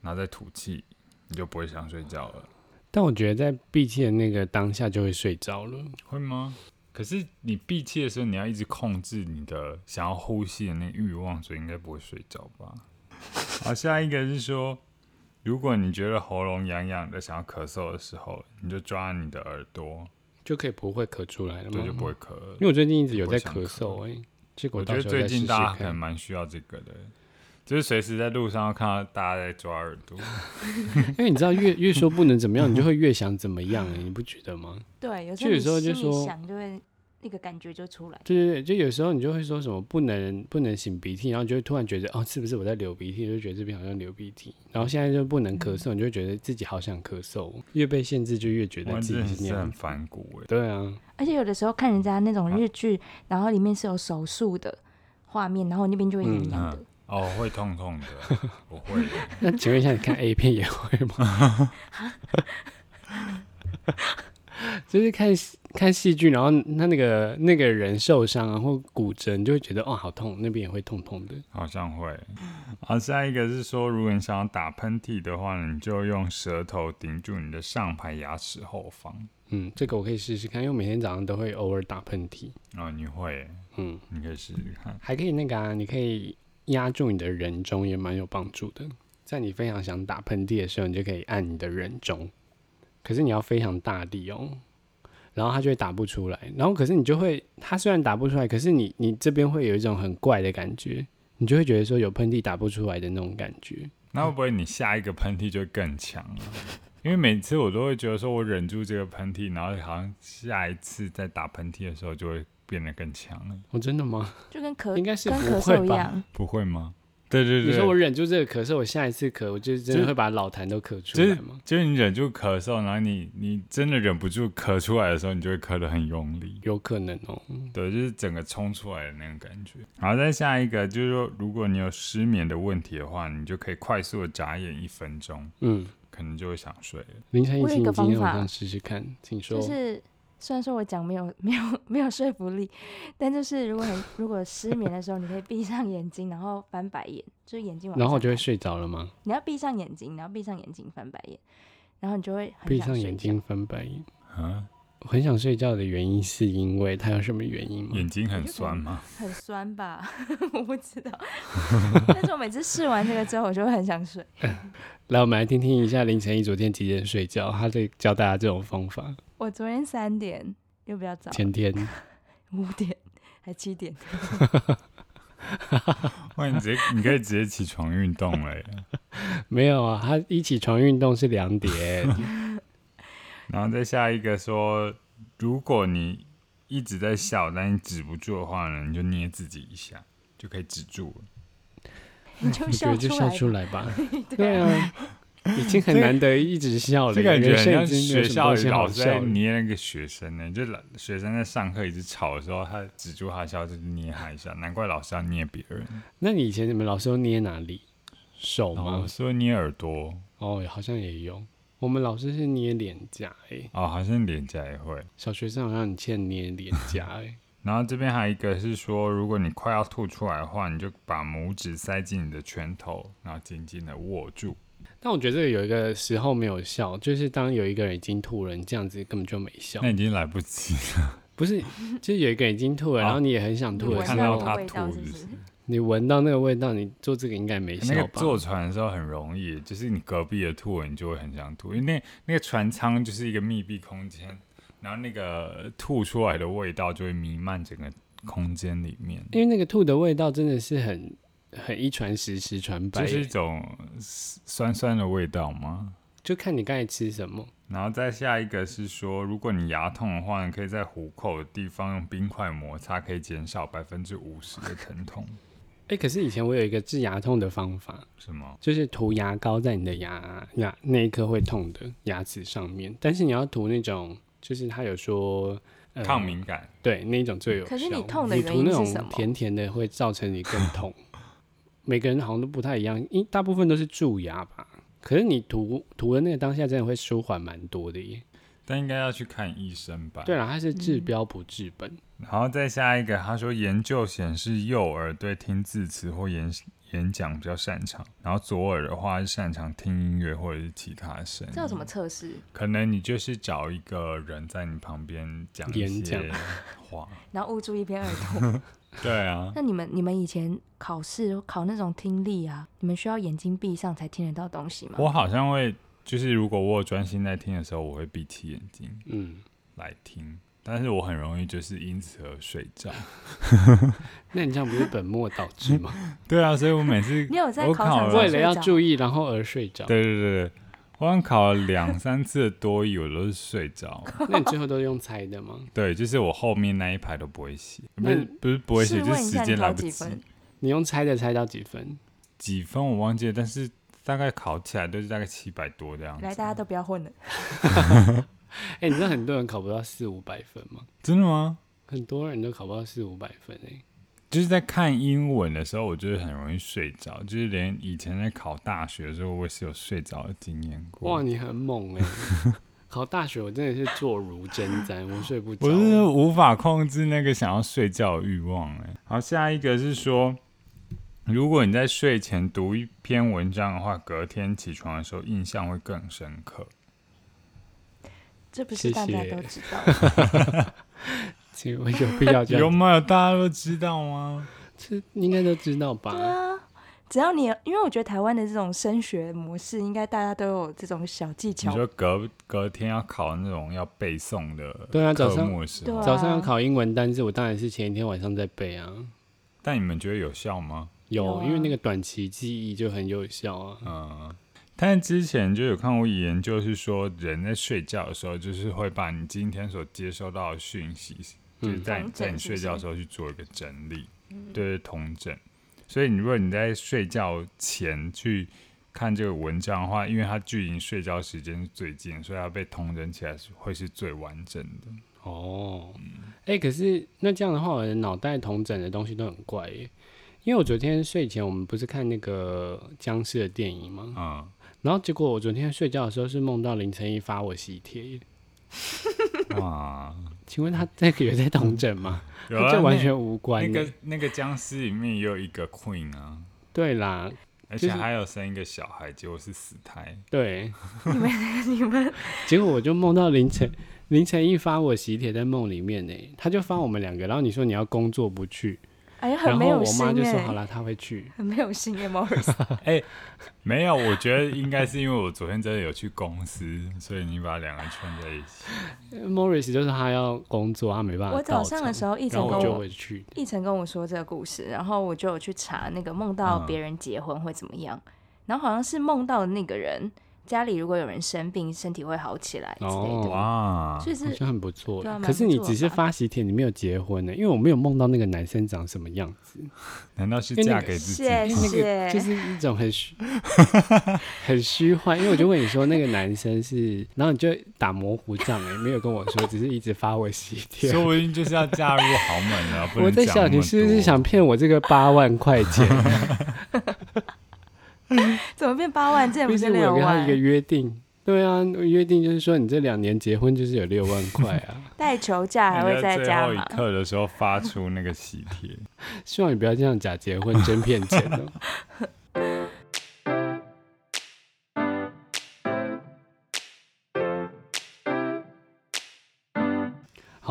[SPEAKER 3] 然后再吐气，你就不会想睡觉了，
[SPEAKER 1] 但我觉得在闭气的那个当下就会睡着了。
[SPEAKER 3] 会吗？可是你闭气的时候，你要一直控制你的想要呼吸的那个欲望，所以应该不会睡着吧？好，下一个是说，如果你觉得喉咙痒痒的，想要咳嗽的时候，你就抓你的耳朵，
[SPEAKER 1] 就可以不会咳出来了吗？
[SPEAKER 3] 对，就不会咳了
[SPEAKER 1] 因为我最近一直有
[SPEAKER 3] 不
[SPEAKER 1] 在
[SPEAKER 3] 会想
[SPEAKER 1] 咳嗽、哎，结果
[SPEAKER 3] 我
[SPEAKER 1] 到
[SPEAKER 3] 觉得
[SPEAKER 1] 时候再
[SPEAKER 3] 最
[SPEAKER 1] 试
[SPEAKER 3] 近
[SPEAKER 1] 试
[SPEAKER 3] 大家可能
[SPEAKER 1] 看。
[SPEAKER 3] 蛮需要这个的，就是随时在路上看到大家在抓耳朵。
[SPEAKER 1] 因为哎你知道越越说不能怎么样，你就会越想怎么样、哎你不觉得吗？
[SPEAKER 2] 对，有
[SPEAKER 1] 就有时候
[SPEAKER 2] 你
[SPEAKER 1] 就
[SPEAKER 2] 心里
[SPEAKER 1] 说
[SPEAKER 2] 想就会那个感觉就出来，
[SPEAKER 1] 对对对，就有时候你就会说什么不能不能擤鼻涕，然后你就会突然觉得哦，是不是我在流鼻涕？就觉得这边好像流鼻涕，然后现在就不能咳嗽，你就会觉得自己好想咳嗽，越被限制就越觉得
[SPEAKER 3] 我
[SPEAKER 1] 自
[SPEAKER 3] 真
[SPEAKER 1] 己
[SPEAKER 3] 的
[SPEAKER 1] 是那
[SPEAKER 3] 是很
[SPEAKER 1] 样。
[SPEAKER 3] 反骨哎、
[SPEAKER 1] 对啊，
[SPEAKER 2] 而且有的时候看人家那种日剧，然后里面是有手术的画面，然后那边就会痒
[SPEAKER 1] 啊
[SPEAKER 2] 痒的
[SPEAKER 3] 嗯。，哦，会痛痛 的，我会的。
[SPEAKER 1] 那请问一下，你看 A 片也会吗？ 就是看看戏剧，然后他那个那个人受伤啊或骨折，你就会觉得哦好痛，那边也会痛痛的。
[SPEAKER 3] 好像会。
[SPEAKER 1] 嗯
[SPEAKER 3] 好，下一个是说，如果你想要打喷嚏的话，你就用舌头顶住你的上排牙齿后方。
[SPEAKER 1] 嗯，这个我可以试试看，因为我每天早上都会偶尔打喷嚏。
[SPEAKER 3] 哦，你会欸，
[SPEAKER 1] 嗯，
[SPEAKER 3] 你可以试试看。
[SPEAKER 1] 还可以那个啊，你可以压住你的人中，也蛮有帮助的。在你非常想打喷嚏的时候，你就可以按你的人中，可是你要非常大力哦，然后它就会打不出来。然后可是你就会，它虽然打不出来，可是你你这边会有一种很怪的感觉，你就会觉得说有喷嚏打不出来的那种感觉。
[SPEAKER 3] 那会不会你下一个喷嚏就会更强了？ 因为每次我都会觉得说，我忍住这个喷嚏，然后好像下一次再打喷嚏的时候就会变得更强了，
[SPEAKER 1] 哦，真的吗？
[SPEAKER 2] 就跟咳
[SPEAKER 1] 应该是
[SPEAKER 2] 跟
[SPEAKER 1] 不
[SPEAKER 2] 咳
[SPEAKER 1] 会
[SPEAKER 2] 嗽一
[SPEAKER 1] 吧
[SPEAKER 2] 样，
[SPEAKER 3] 不会吗？对对对，
[SPEAKER 1] 你说我忍住这个咳嗽，我下一次咳，我就真的会把老痰都咳出
[SPEAKER 3] 就
[SPEAKER 1] 来
[SPEAKER 3] 是
[SPEAKER 1] 吗？
[SPEAKER 3] 就是你忍住咳嗽，然后你你真的忍不住咳出来的时候，你就会咳得很用力，
[SPEAKER 1] 有可能哦。
[SPEAKER 3] 对，就是整个冲出来的那种感觉。好，再下一个就是说，如果你有失眠的问题的话，你就可以快速的眨眼一分钟，
[SPEAKER 1] 嗯，
[SPEAKER 3] 可能就会想睡了。
[SPEAKER 1] 林晨一
[SPEAKER 2] 我有
[SPEAKER 1] 清，你
[SPEAKER 2] 一个
[SPEAKER 1] 今天
[SPEAKER 2] 方
[SPEAKER 1] 晚
[SPEAKER 2] 法
[SPEAKER 1] 上试试看，请说。
[SPEAKER 2] 就是虽然说我讲没有没有没有说服力，但就是如果很如果失眠的时候，你可以闭上眼睛，然后翻白眼，就是眼睛往
[SPEAKER 1] 然后我
[SPEAKER 2] 上
[SPEAKER 1] 就会
[SPEAKER 2] 看
[SPEAKER 1] 睡着了吗？
[SPEAKER 2] 你要闭上眼睛，你要闭上眼睛翻白眼，然后你就会很
[SPEAKER 1] 闭
[SPEAKER 2] 想
[SPEAKER 1] 上
[SPEAKER 2] 睡
[SPEAKER 1] 眼
[SPEAKER 2] 觉
[SPEAKER 1] 睛翻白眼。
[SPEAKER 3] 啊，
[SPEAKER 1] 我很想睡觉的原因是因为它有什么原因吗？
[SPEAKER 3] 眼睛很酸吗？
[SPEAKER 2] 很酸吧？ 我不知道， 但是我每次试完这个之后，我就会很想睡。
[SPEAKER 1] 来，我们来听听一下林晨一昨天几点睡觉，他在教大家这种方法。
[SPEAKER 2] 我昨天三点又比较早，
[SPEAKER 1] 前天，
[SPEAKER 2] 五点还七点，
[SPEAKER 1] 哎
[SPEAKER 3] 哇，你直接你可以直接起床运动了耶。
[SPEAKER 1] 没有啊，他一起床运动是两 点，
[SPEAKER 3] 然后再下一个说，如果你一直在笑，但你止不住的话呢，你就捏自己一下，就可以止住了。
[SPEAKER 2] 你就
[SPEAKER 1] 我觉
[SPEAKER 2] 笑
[SPEAKER 1] 得就
[SPEAKER 2] 出
[SPEAKER 1] 笑
[SPEAKER 2] 来
[SPEAKER 1] 出
[SPEAKER 2] 吧。
[SPEAKER 1] 来吧。对
[SPEAKER 2] 对啊，
[SPEAKER 1] 啊，已经很难得一直笑了，
[SPEAKER 3] 这感觉
[SPEAKER 1] 人
[SPEAKER 3] 很
[SPEAKER 1] 生已
[SPEAKER 3] 哦像
[SPEAKER 1] 经没
[SPEAKER 3] 学
[SPEAKER 1] 有什么
[SPEAKER 3] 校
[SPEAKER 1] 东西
[SPEAKER 3] 老
[SPEAKER 1] 好
[SPEAKER 3] 师在
[SPEAKER 1] 笑了。
[SPEAKER 3] 捏那个学生呢，就老学生在上课一直吵的时候，他止住他的笑，就是捏他一下，难怪老师要捏别人。
[SPEAKER 1] 那你以前你们老师都捏哪里？手
[SPEAKER 3] 然后
[SPEAKER 1] 吗
[SPEAKER 3] 老？哦师会捏耳朵，
[SPEAKER 1] 哦，好像也有。我们老师是捏脸颊，哎，
[SPEAKER 3] 哦，好像脸颊也会。
[SPEAKER 1] 小学生好像很欠捏脸颊，哎，
[SPEAKER 3] 然后这边还有一个是说，如果你快要吐出来的话，你就把拇指塞进你的拳头，然后紧紧的握住。
[SPEAKER 1] 但我觉得这个有一个时候没有效，就是当有一个人已经吐了，你这样子根本就没效
[SPEAKER 3] 那。已经来不及了。
[SPEAKER 1] 不是，就是有一个人已经吐了，
[SPEAKER 3] 哦
[SPEAKER 1] 然后你也很想吐
[SPEAKER 2] 我
[SPEAKER 1] 了
[SPEAKER 2] 闻
[SPEAKER 1] 时
[SPEAKER 3] 看
[SPEAKER 1] 候，
[SPEAKER 2] 到那个
[SPEAKER 3] 到他
[SPEAKER 2] 味道
[SPEAKER 3] 吐
[SPEAKER 2] 是不
[SPEAKER 3] 就是是
[SPEAKER 1] 你闻到那个味道，你做这个应该没
[SPEAKER 3] 那
[SPEAKER 1] 效
[SPEAKER 3] 个
[SPEAKER 1] 吧？
[SPEAKER 3] 坐船的时候很容易，就是你隔壁的吐了，你就会很想吐，因为那那个船舱就是一个密闭空间，然后那个吐出来的味道就会弥漫整个空间里面，
[SPEAKER 1] 因为那个吐的味道真的是很很一传十，十传百
[SPEAKER 3] 就
[SPEAKER 1] 耶，
[SPEAKER 3] 是一种酸酸的味道吗？
[SPEAKER 1] 就看你刚才吃什么。
[SPEAKER 3] 然后再下一个是说，如果你牙痛的话，你可以在虎口的地方用冰块摩擦，可以减少百分之五十的疼痛，
[SPEAKER 1] 哎、可是以前我有一个治牙痛的方法，
[SPEAKER 3] 是吗？
[SPEAKER 1] 就是涂牙膏在你的牙牙那一颗会痛的牙齿上面，但是你要涂那种，就是他有说、呃
[SPEAKER 3] 抗，敏感，
[SPEAKER 1] 对那一种最有效。
[SPEAKER 2] 可是你痛的
[SPEAKER 1] 你
[SPEAKER 2] 原
[SPEAKER 1] 涂
[SPEAKER 2] 因
[SPEAKER 1] 那
[SPEAKER 2] 是
[SPEAKER 1] 种
[SPEAKER 2] 什么
[SPEAKER 1] 甜甜的会造成你更痛。 每个人好像都不太一样，因大部分都是蛀牙吧。可是你涂涂的那个当下，真的会舒缓蛮多的耶。
[SPEAKER 3] 但应该要去看医生吧？
[SPEAKER 1] 对了，它是治标不治本。
[SPEAKER 3] 然后再下一个，他说研究显示右耳对听字词或演演讲比较擅长，然后左耳的话是擅长听音乐或者是其他声音。
[SPEAKER 2] 这有什么测试？
[SPEAKER 3] 可能你就是找一个人在你旁边讲一
[SPEAKER 1] 演讲
[SPEAKER 3] 些话。
[SPEAKER 2] 然后捂住一边耳朵。
[SPEAKER 3] 对啊，
[SPEAKER 2] 那你们你们以前考试考那种听力啊，你们需要眼睛闭上才听得到东西吗？
[SPEAKER 3] 我好像会，就是如果我有专心在听的时候，我会闭起眼睛
[SPEAKER 1] 嗯，
[SPEAKER 3] 来听，但是我很容易就是因此而睡着。
[SPEAKER 1] 那你这样不是本末倒置吗？
[SPEAKER 3] 对啊，所以我每次
[SPEAKER 2] 你有在
[SPEAKER 3] 我
[SPEAKER 2] 考
[SPEAKER 3] 考
[SPEAKER 2] 场
[SPEAKER 3] 了
[SPEAKER 2] 上
[SPEAKER 1] 为了要
[SPEAKER 2] 睡着
[SPEAKER 1] 注意，然后而睡着。
[SPEAKER 3] 对对对对，我好像考了两三次的多语，我都是睡着。
[SPEAKER 1] 那你最后都是用猜的吗？
[SPEAKER 3] 对，就是我后面那一排都不会写，不
[SPEAKER 1] 那
[SPEAKER 3] 是
[SPEAKER 1] 你
[SPEAKER 3] 不是不会
[SPEAKER 2] 嗯
[SPEAKER 3] 写，
[SPEAKER 2] 试
[SPEAKER 3] 就是
[SPEAKER 2] 问一
[SPEAKER 3] 时
[SPEAKER 2] 下你
[SPEAKER 3] 间来
[SPEAKER 2] 考
[SPEAKER 3] 不
[SPEAKER 2] 几
[SPEAKER 3] 及。
[SPEAKER 2] 分？
[SPEAKER 1] 你用猜的猜到几 分？
[SPEAKER 3] 几分我忘记了，但是大概考起来都是大概七百多这样
[SPEAKER 2] 来，
[SPEAKER 3] 子。
[SPEAKER 2] 大家都不要混了。
[SPEAKER 1] 哎、你知道很多人考不到四五百分吗？
[SPEAKER 3] 真的吗？
[SPEAKER 1] 很多人都考不到四五百分哎、
[SPEAKER 3] 就是在看英文的时候，我就是很容易睡着，就是连以前在考大学的时候，我也是有睡着的经验
[SPEAKER 1] 哇，
[SPEAKER 3] 过。
[SPEAKER 1] 你很猛哎、 考大学我真的是坐如针毡，我睡不着。
[SPEAKER 3] 我是无法控制那个想要睡觉的欲望哎、好，下一个是说，如果你在睡前读一篇文章的话，隔天起床的时候印象会更深刻。
[SPEAKER 2] 这不是大家都知道的，
[SPEAKER 1] 请问有必要这
[SPEAKER 3] 有
[SPEAKER 1] 样？
[SPEAKER 3] 吗？大家都知道吗？
[SPEAKER 1] 这应该都知道吧？
[SPEAKER 2] 啊只要你，因为我觉得台湾的这种升学模式，应该大家都有这种小技
[SPEAKER 3] 你
[SPEAKER 2] 巧。
[SPEAKER 3] 说隔隔天要考那种要背诵的
[SPEAKER 1] 对啊早
[SPEAKER 3] 科
[SPEAKER 1] 上
[SPEAKER 3] 目的时
[SPEAKER 2] 对
[SPEAKER 3] 候，
[SPEAKER 2] 啊
[SPEAKER 1] 早上要考英文单字，我当然是前一天晚上在背啊。
[SPEAKER 3] 但你们觉得有效吗？
[SPEAKER 1] 有，
[SPEAKER 2] 有啊
[SPEAKER 1] 因为那个短期记忆就很有效啊。
[SPEAKER 3] 嗯，但之前就有看过研究是说，人在睡觉的时候，就是会把你今天所接收到的讯息，就是
[SPEAKER 1] 嗯
[SPEAKER 3] 在
[SPEAKER 2] 统整
[SPEAKER 3] 在你
[SPEAKER 2] 是不
[SPEAKER 3] 睡
[SPEAKER 2] 是嗯
[SPEAKER 3] 觉的时候去做一个整理，对，统整。所以你如果你在睡觉前去看这个文章的话，因为它距离你睡觉时间是最近，所以它被统整起来是会是最完整的。
[SPEAKER 1] 哦，
[SPEAKER 3] 嗯
[SPEAKER 1] 哎、可是那这样的话，我的脑袋同整的东西都很怪耶。因为我昨天睡前我们不是看那个僵尸的电影吗？
[SPEAKER 3] 嗯，
[SPEAKER 1] 然后结果我昨天睡觉的时候是梦到凌晨一发我喜帖耶，
[SPEAKER 3] 哇，
[SPEAKER 1] 请问他 这个有在同整吗？
[SPEAKER 3] 有啊
[SPEAKER 1] 这啊完
[SPEAKER 3] 那
[SPEAKER 1] 全无关耶、
[SPEAKER 3] 那个那个僵尸里面也有一个 Queen 啊，
[SPEAKER 1] 对啦，
[SPEAKER 3] 而
[SPEAKER 1] 就
[SPEAKER 3] 且
[SPEAKER 1] 是
[SPEAKER 3] 还有生一个小孩，结果是死胎。
[SPEAKER 1] 对，
[SPEAKER 2] 你们
[SPEAKER 1] 结果我就梦到凌晨凌晨一发我喜帖在梦里面呢，他就发我们两个，然后你说你要工作不去，
[SPEAKER 2] 哎呀，很
[SPEAKER 1] 然
[SPEAKER 2] 没
[SPEAKER 1] 后
[SPEAKER 2] 有
[SPEAKER 1] 我
[SPEAKER 2] 心
[SPEAKER 1] 妈就说
[SPEAKER 2] 哎、
[SPEAKER 1] 好啦，她会去。
[SPEAKER 2] 很没有 心哎、m o r r i s
[SPEAKER 3] 没有，我觉得应该是因为我昨天真的有去公司，所以你把两个串在一起。
[SPEAKER 1] Morris 就是他要工作，他没办法
[SPEAKER 2] 我
[SPEAKER 1] 啊到场。
[SPEAKER 2] 早上的时候一直
[SPEAKER 1] 然
[SPEAKER 2] 跟
[SPEAKER 1] 后我就
[SPEAKER 2] 我
[SPEAKER 1] 会去。
[SPEAKER 2] 一晨跟我说这个故事，然后我就有去查那个梦到
[SPEAKER 1] 嗯
[SPEAKER 2] 别人结婚会怎么样，然后好像是梦到那个人家里如果有人生病，身体会好起来之类的，
[SPEAKER 1] 哦
[SPEAKER 3] 哇，
[SPEAKER 2] 所以
[SPEAKER 1] 好
[SPEAKER 2] 是
[SPEAKER 1] 像很不错
[SPEAKER 2] 对啊
[SPEAKER 1] 耶，
[SPEAKER 2] 蛮
[SPEAKER 1] 可是
[SPEAKER 2] 不
[SPEAKER 1] 你
[SPEAKER 2] 错
[SPEAKER 1] 只是
[SPEAKER 2] 吧
[SPEAKER 1] 发喜帖，你没有结婚呢，因为我没有梦到那个男生长什么样子，
[SPEAKER 3] 难道是
[SPEAKER 1] 因为那
[SPEAKER 3] 嫁
[SPEAKER 1] 个
[SPEAKER 3] 给自己？
[SPEAKER 2] 谢
[SPEAKER 1] 那
[SPEAKER 2] 谢
[SPEAKER 1] 个就是一种很虚 很虚幻。因为我就问你说那个男生是，然后你就打模糊仗哎，没有跟我说，只是一直发我喜帖。
[SPEAKER 3] 说不定就是要嫁入豪门了。不
[SPEAKER 1] 我
[SPEAKER 3] 能
[SPEAKER 1] 在
[SPEAKER 3] 讲那
[SPEAKER 1] 想，
[SPEAKER 3] 么
[SPEAKER 1] 你是不是
[SPEAKER 3] 多
[SPEAKER 1] 想骗我这个八万块 钱？
[SPEAKER 2] 怎么变八万？这不
[SPEAKER 1] 毕
[SPEAKER 2] 是
[SPEAKER 1] 竟我有
[SPEAKER 2] 六
[SPEAKER 1] 跟他
[SPEAKER 2] 万
[SPEAKER 1] 一个？约定。对啊，约定就是说你这两年结婚就是有六万块啊。
[SPEAKER 2] 带球价还会
[SPEAKER 3] 人
[SPEAKER 2] 再
[SPEAKER 3] 家最
[SPEAKER 2] 加
[SPEAKER 3] 后一
[SPEAKER 2] 码？
[SPEAKER 3] 刻的时候发出那个喜 帖？
[SPEAKER 1] 希望你不要这样假结婚真骗钱哦。 好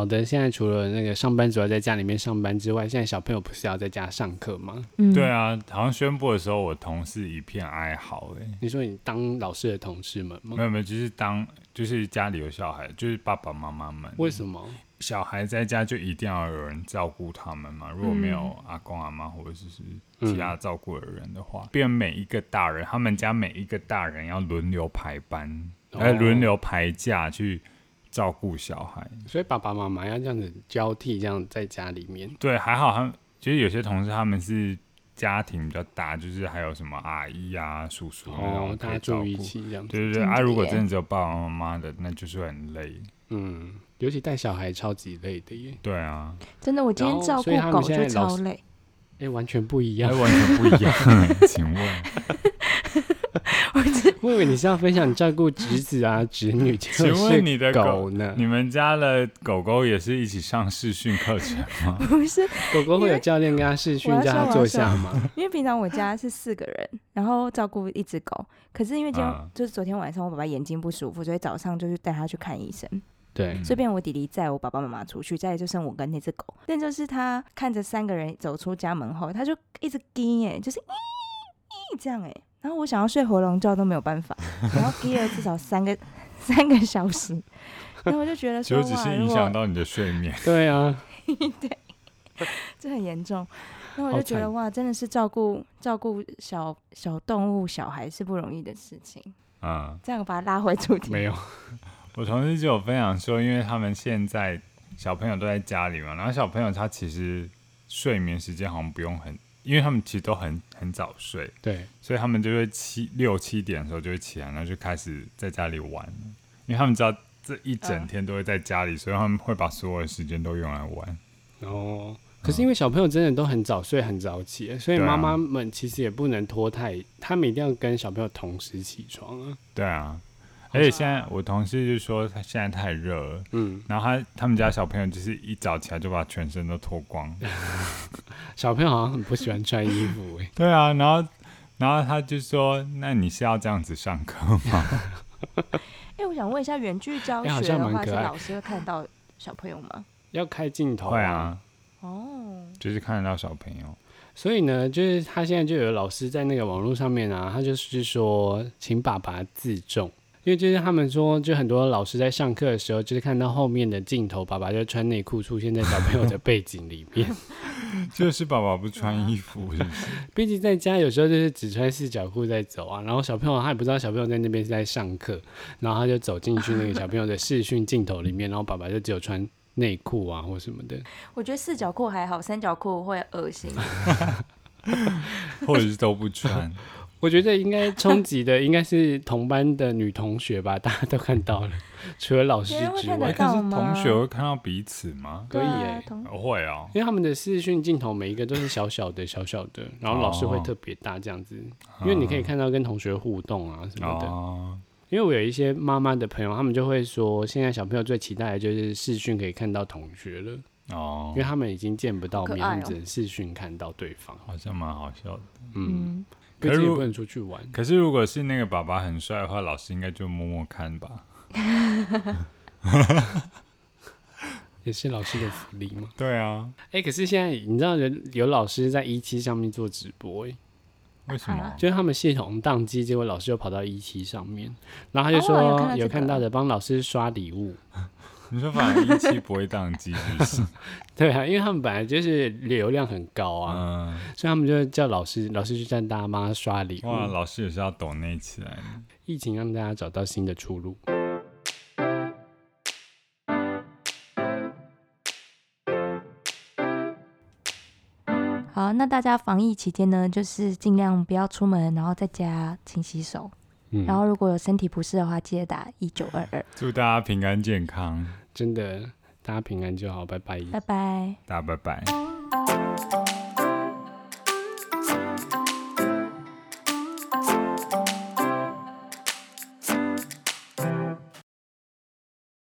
[SPEAKER 1] 好的，现在除了那个上班族要在家里面上班之外，现在小朋友不是要在家上课吗？
[SPEAKER 2] 嗯，
[SPEAKER 3] 对啊，好像宣布的时候，我同事一片哀嚎、欸，哎，
[SPEAKER 1] 你说你当老师的同事们吗
[SPEAKER 3] 没？有没有，就是当就是家里有小孩，就是爸爸妈妈们，
[SPEAKER 1] 为什么？
[SPEAKER 3] 小孩在家就一定要有人照顾他们
[SPEAKER 1] 嗯
[SPEAKER 3] 嘛，如果没有阿公阿妈或者是其他照顾的人的
[SPEAKER 1] 嗯
[SPEAKER 3] 话，变每一个大人，他们家每一个大人要轮流排班，
[SPEAKER 1] 哦
[SPEAKER 3] 来轮流排假去照顾小孩。
[SPEAKER 1] 所以爸爸妈妈要这样子交替，这样在家里面。
[SPEAKER 3] 对，还好他们其实有些同事他们是家庭比较大，就是还有什么阿姨啊、叔叔那
[SPEAKER 1] 哦
[SPEAKER 3] 种，
[SPEAKER 1] 大
[SPEAKER 3] 可
[SPEAKER 1] 家
[SPEAKER 3] 以照
[SPEAKER 1] 住
[SPEAKER 3] 顾
[SPEAKER 1] 一。起嗯这样子，
[SPEAKER 3] 对对对，
[SPEAKER 2] 真的
[SPEAKER 3] 啊，如果
[SPEAKER 2] 耶
[SPEAKER 3] 真的只有爸爸妈妈的，那就是很累。
[SPEAKER 1] 嗯，尤其带小孩超级累的耶，
[SPEAKER 3] 对啊，
[SPEAKER 2] 真的，我今天照
[SPEAKER 1] 所以他
[SPEAKER 2] 顾
[SPEAKER 1] 们
[SPEAKER 2] 狗
[SPEAKER 1] 现
[SPEAKER 2] 就
[SPEAKER 1] 在老
[SPEAKER 2] 超
[SPEAKER 1] 师
[SPEAKER 2] 累。
[SPEAKER 1] 哎、完全不一
[SPEAKER 3] 哎，
[SPEAKER 1] 样。
[SPEAKER 3] 完全不一 样。嗯请问，
[SPEAKER 1] 我以为你是要分享你照顾侄子啊、侄女，结
[SPEAKER 3] 请
[SPEAKER 1] 果
[SPEAKER 3] 问
[SPEAKER 1] 是
[SPEAKER 3] 你的狗
[SPEAKER 1] 狗，呢？
[SPEAKER 3] 你们家的狗狗也是一起上视讯课程吗？
[SPEAKER 2] 不 是，
[SPEAKER 1] 狗狗会有教练跟他试训
[SPEAKER 2] 我要，
[SPEAKER 1] 叫
[SPEAKER 2] 说
[SPEAKER 1] 他
[SPEAKER 2] 我
[SPEAKER 1] 坐
[SPEAKER 2] 要
[SPEAKER 1] 下吗？
[SPEAKER 2] 因为平常我家是四个人，然后照顾一只狗。可是因为今天、
[SPEAKER 3] 嗯
[SPEAKER 2] 就是昨天晚上我爸爸眼睛不舒服，所以早上就去带他去看医生。
[SPEAKER 1] 对，
[SPEAKER 3] 嗯
[SPEAKER 2] 所以变成我弟弟载我爸爸妈妈出去，家里就剩我跟那只狗。但就是他看着三个人走出家门后，他就一直滴哎、就是咦咦这样哎、然后我想要睡回笼觉都没有办 法，然后滴了至少三个 三个小时。然后我就觉 得
[SPEAKER 3] 其
[SPEAKER 2] 说
[SPEAKER 3] 实只
[SPEAKER 2] 哇，
[SPEAKER 3] 是
[SPEAKER 2] 如
[SPEAKER 3] 影响
[SPEAKER 2] 果
[SPEAKER 3] 到你的睡眠。
[SPEAKER 1] 对啊，
[SPEAKER 2] 这很严重，然后我
[SPEAKER 1] 好
[SPEAKER 2] 就觉得
[SPEAKER 1] 惨
[SPEAKER 2] 哇，真的是照顾照顾小小动物小孩是不容易的事情。
[SPEAKER 3] 嗯，
[SPEAKER 2] 这样把它拉回主题，
[SPEAKER 1] 没有，
[SPEAKER 3] 我同事就有分享说，因为他们现在小朋友都在家里嘛，然后小朋友他其实睡眠时间好像不用很，因为他们其实都很很早睡，
[SPEAKER 1] 对，
[SPEAKER 3] 所以他们就会七六七点的时候就会起来，然后就开始在家里玩了，因为他们知道这一整天都会在家里，所以他们会把所有的时间都用来玩。
[SPEAKER 1] 然后。哦可是因为小朋友真的都很早睡、很早起，所以
[SPEAKER 3] 嗯对
[SPEAKER 1] 妈
[SPEAKER 3] 啊
[SPEAKER 1] 妈们其实也不能拖太，他们一定要跟小朋友同时起床啊。
[SPEAKER 3] 对啊，而且现在我同事就说他现在太热了，
[SPEAKER 1] 嗯，
[SPEAKER 3] 然后他他们家小朋友就是一早起来就把全身都脱 光。
[SPEAKER 1] 小朋友好像很不喜欢穿衣服哎、
[SPEAKER 3] 对啊，然后然后他就说：“那你是要这样子上课吗
[SPEAKER 2] 哎、我想问一下，远距教
[SPEAKER 1] 哎好
[SPEAKER 2] 学
[SPEAKER 1] 像
[SPEAKER 2] 的
[SPEAKER 1] 蛮
[SPEAKER 2] 话，
[SPEAKER 1] 可
[SPEAKER 2] 是
[SPEAKER 1] 爱
[SPEAKER 2] 老师会看到小朋友吗？
[SPEAKER 1] 要开镜？”头
[SPEAKER 3] 会啊，
[SPEAKER 2] 哦，
[SPEAKER 3] 就是看得到小朋友。
[SPEAKER 1] 所以呢，就是他现在就有老师在那个网络上面啊，他就是说，请爸爸自重。因为就是他们说，就很多老师在上课的时候，就是看到后面的镜头，爸爸就穿内裤出现在小朋友的背景里面。
[SPEAKER 3] 就是爸爸不穿衣 服，是不是？
[SPEAKER 1] 毕竟在家有时候就是只穿四角裤在走啊，然后小朋友他也不知道小朋友在那边是在上课，然后他就走进去那个小朋友的视讯镜头里面，然后爸爸就只有穿内裤啊或什么的。
[SPEAKER 2] 我觉得四角裤还好，三角裤会恶心。
[SPEAKER 3] 或者是都不穿？
[SPEAKER 1] 我觉得应该冲击的应该是同班的女同学吧，大家都看到了，除了老师
[SPEAKER 2] 别人会
[SPEAKER 1] 之
[SPEAKER 2] 看
[SPEAKER 1] 外
[SPEAKER 2] 得
[SPEAKER 3] 哎，
[SPEAKER 2] 到，
[SPEAKER 3] 但是
[SPEAKER 2] 吗
[SPEAKER 3] 同学会看到彼此吗？
[SPEAKER 1] 可以
[SPEAKER 2] 对啊
[SPEAKER 1] 欸
[SPEAKER 2] 同
[SPEAKER 3] 哦会哦，
[SPEAKER 1] 因为他们的视讯镜头每一个都是小小的、小小的，然后老师
[SPEAKER 3] 哦
[SPEAKER 1] 会特别大这样子，因为你可以看到跟同学互动啊什么的。
[SPEAKER 3] 啊哦，
[SPEAKER 1] 因为我有一些妈妈的朋友，他们就会说，现在小朋友最期待的就是视讯可以看到同学了，因为
[SPEAKER 3] 哦，
[SPEAKER 1] 他们已经见不到
[SPEAKER 2] 好可
[SPEAKER 1] 面，
[SPEAKER 2] 爱哦
[SPEAKER 1] 他们只能视讯看到对方。
[SPEAKER 3] 好像蛮好笑的。
[SPEAKER 1] 嗯，
[SPEAKER 2] 嗯，
[SPEAKER 1] 毕
[SPEAKER 3] 可
[SPEAKER 1] 竟
[SPEAKER 3] 是
[SPEAKER 1] 也
[SPEAKER 3] 如
[SPEAKER 1] 不能出去玩。
[SPEAKER 3] 可是如果是那个爸爸很帅的话，老师应该就默默看吧？
[SPEAKER 1] 也是老师的福利嘛。
[SPEAKER 3] 对啊，
[SPEAKER 1] 哎、可是现在你知道有有老师在一期上面做直播、欸，
[SPEAKER 3] 为什么
[SPEAKER 2] 啊？
[SPEAKER 1] 就是他们系统宕机，结果老师又跑到一期上面，然后他就说、
[SPEAKER 2] 哦有看到这个
[SPEAKER 1] 有看到的帮老师刷礼物。
[SPEAKER 3] 你说反正一期不会宕机，是不是？
[SPEAKER 1] 对啊，因为他们本来就是流量很高啊，
[SPEAKER 3] 嗯，
[SPEAKER 1] 所以他们就叫老师，老师就叫大家帮他刷礼
[SPEAKER 3] 哇，
[SPEAKER 1] 物。
[SPEAKER 3] 老师也是要抖内起来的。
[SPEAKER 1] 疫情让大家找到新的出路。
[SPEAKER 2] 好，那大家防疫期间呢，就是尽量不要出门，然后在家勤洗手，
[SPEAKER 1] 嗯，
[SPEAKER 2] 然后如果有身体不适的话，记得打一九二二。
[SPEAKER 3] 祝大家平安健康，
[SPEAKER 1] 嗯真的，大家平安就好，拜拜。
[SPEAKER 2] 拜拜。
[SPEAKER 3] 大家拜拜。